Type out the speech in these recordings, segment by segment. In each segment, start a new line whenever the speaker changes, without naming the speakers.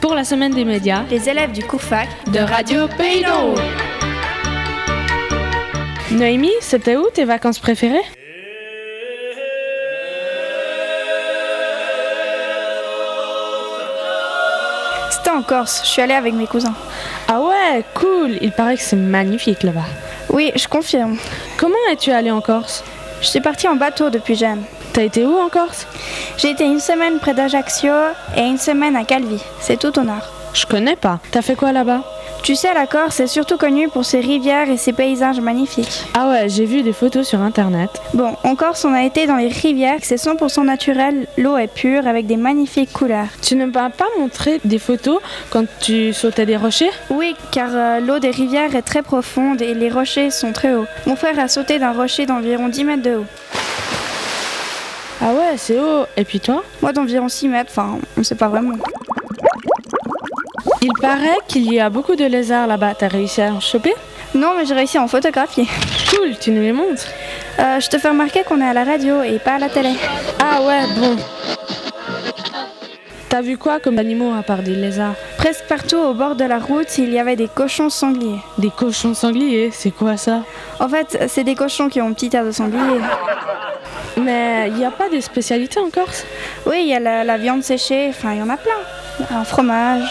pour la semaine des médias
les élèves du cours fac
de Radio Pays d'Eau. Noémie, c'était où tes vacances préférées
C'était en Corse, je suis allée avec mes cousins.
Ah ouais, cool Il paraît que c'est magnifique là-bas.
Oui, je confirme.
Comment es-tu allée en Corse
Je suis partie en bateau depuis Gênes.
T'as été où en Corse
J'ai été une semaine près d'Ajaccio et une semaine à Calvi. C'est tout au nord.
Je connais pas. T'as fait quoi là-bas
Tu sais, la Corse est surtout connue pour ses rivières et ses paysages magnifiques.
Ah ouais, j'ai vu des photos sur internet.
Bon, en Corse, on a été dans les rivières, c'est 100% naturel, l'eau est pure avec des magnifiques couleurs.
Tu ne m'as pas montré des photos quand tu sautais des rochers
Oui, car euh, l'eau des rivières est très profonde et les rochers sont très hauts. Mon frère a sauté d'un rocher d'environ 10 mètres de haut.
Ah ouais, c'est haut. Et puis toi
Moi d'environ 6 mètres, enfin, on sait pas vraiment.
Il paraît qu'il y a beaucoup de lézards là-bas. T'as réussi à en choper
Non, mais j'ai réussi à en photographier.
Cool, tu nous les montres.
Euh, je te fais remarquer qu'on est à la radio et pas à la télé.
Ah ouais, bon. T'as vu quoi comme animaux à part des lézards
Presque partout au bord de la route, il y avait des cochons sangliers.
Des cochons sangliers, c'est quoi ça
En fait, c'est des cochons qui ont un petit air de sanglier.
Mais il n'y a pas des spécialités en Corse
Oui, il y a la, la viande séchée, enfin, il y en a plein. Un fromage.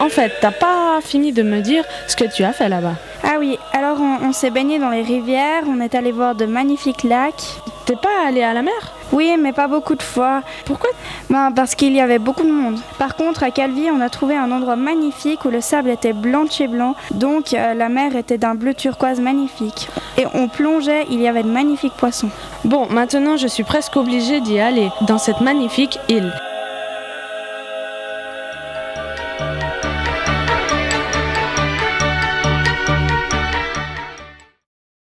En fait, t'as pas fini de me dire ce que tu as fait là-bas.
Ah oui, alors on, on s'est baigné dans les rivières, on est allé voir de magnifiques lacs.
T'es pas allé à la mer
Oui, mais pas beaucoup de fois.
Pourquoi
Ben, parce qu'il y avait beaucoup de monde. Par contre, à Calvi, on a trouvé un endroit magnifique où le sable était blanc de chez blanc, donc euh, la mer était d'un bleu turquoise magnifique. Et on plongeait, il y avait de magnifiques poissons.
Bon, maintenant je suis presque obligée d'y aller, dans cette magnifique île.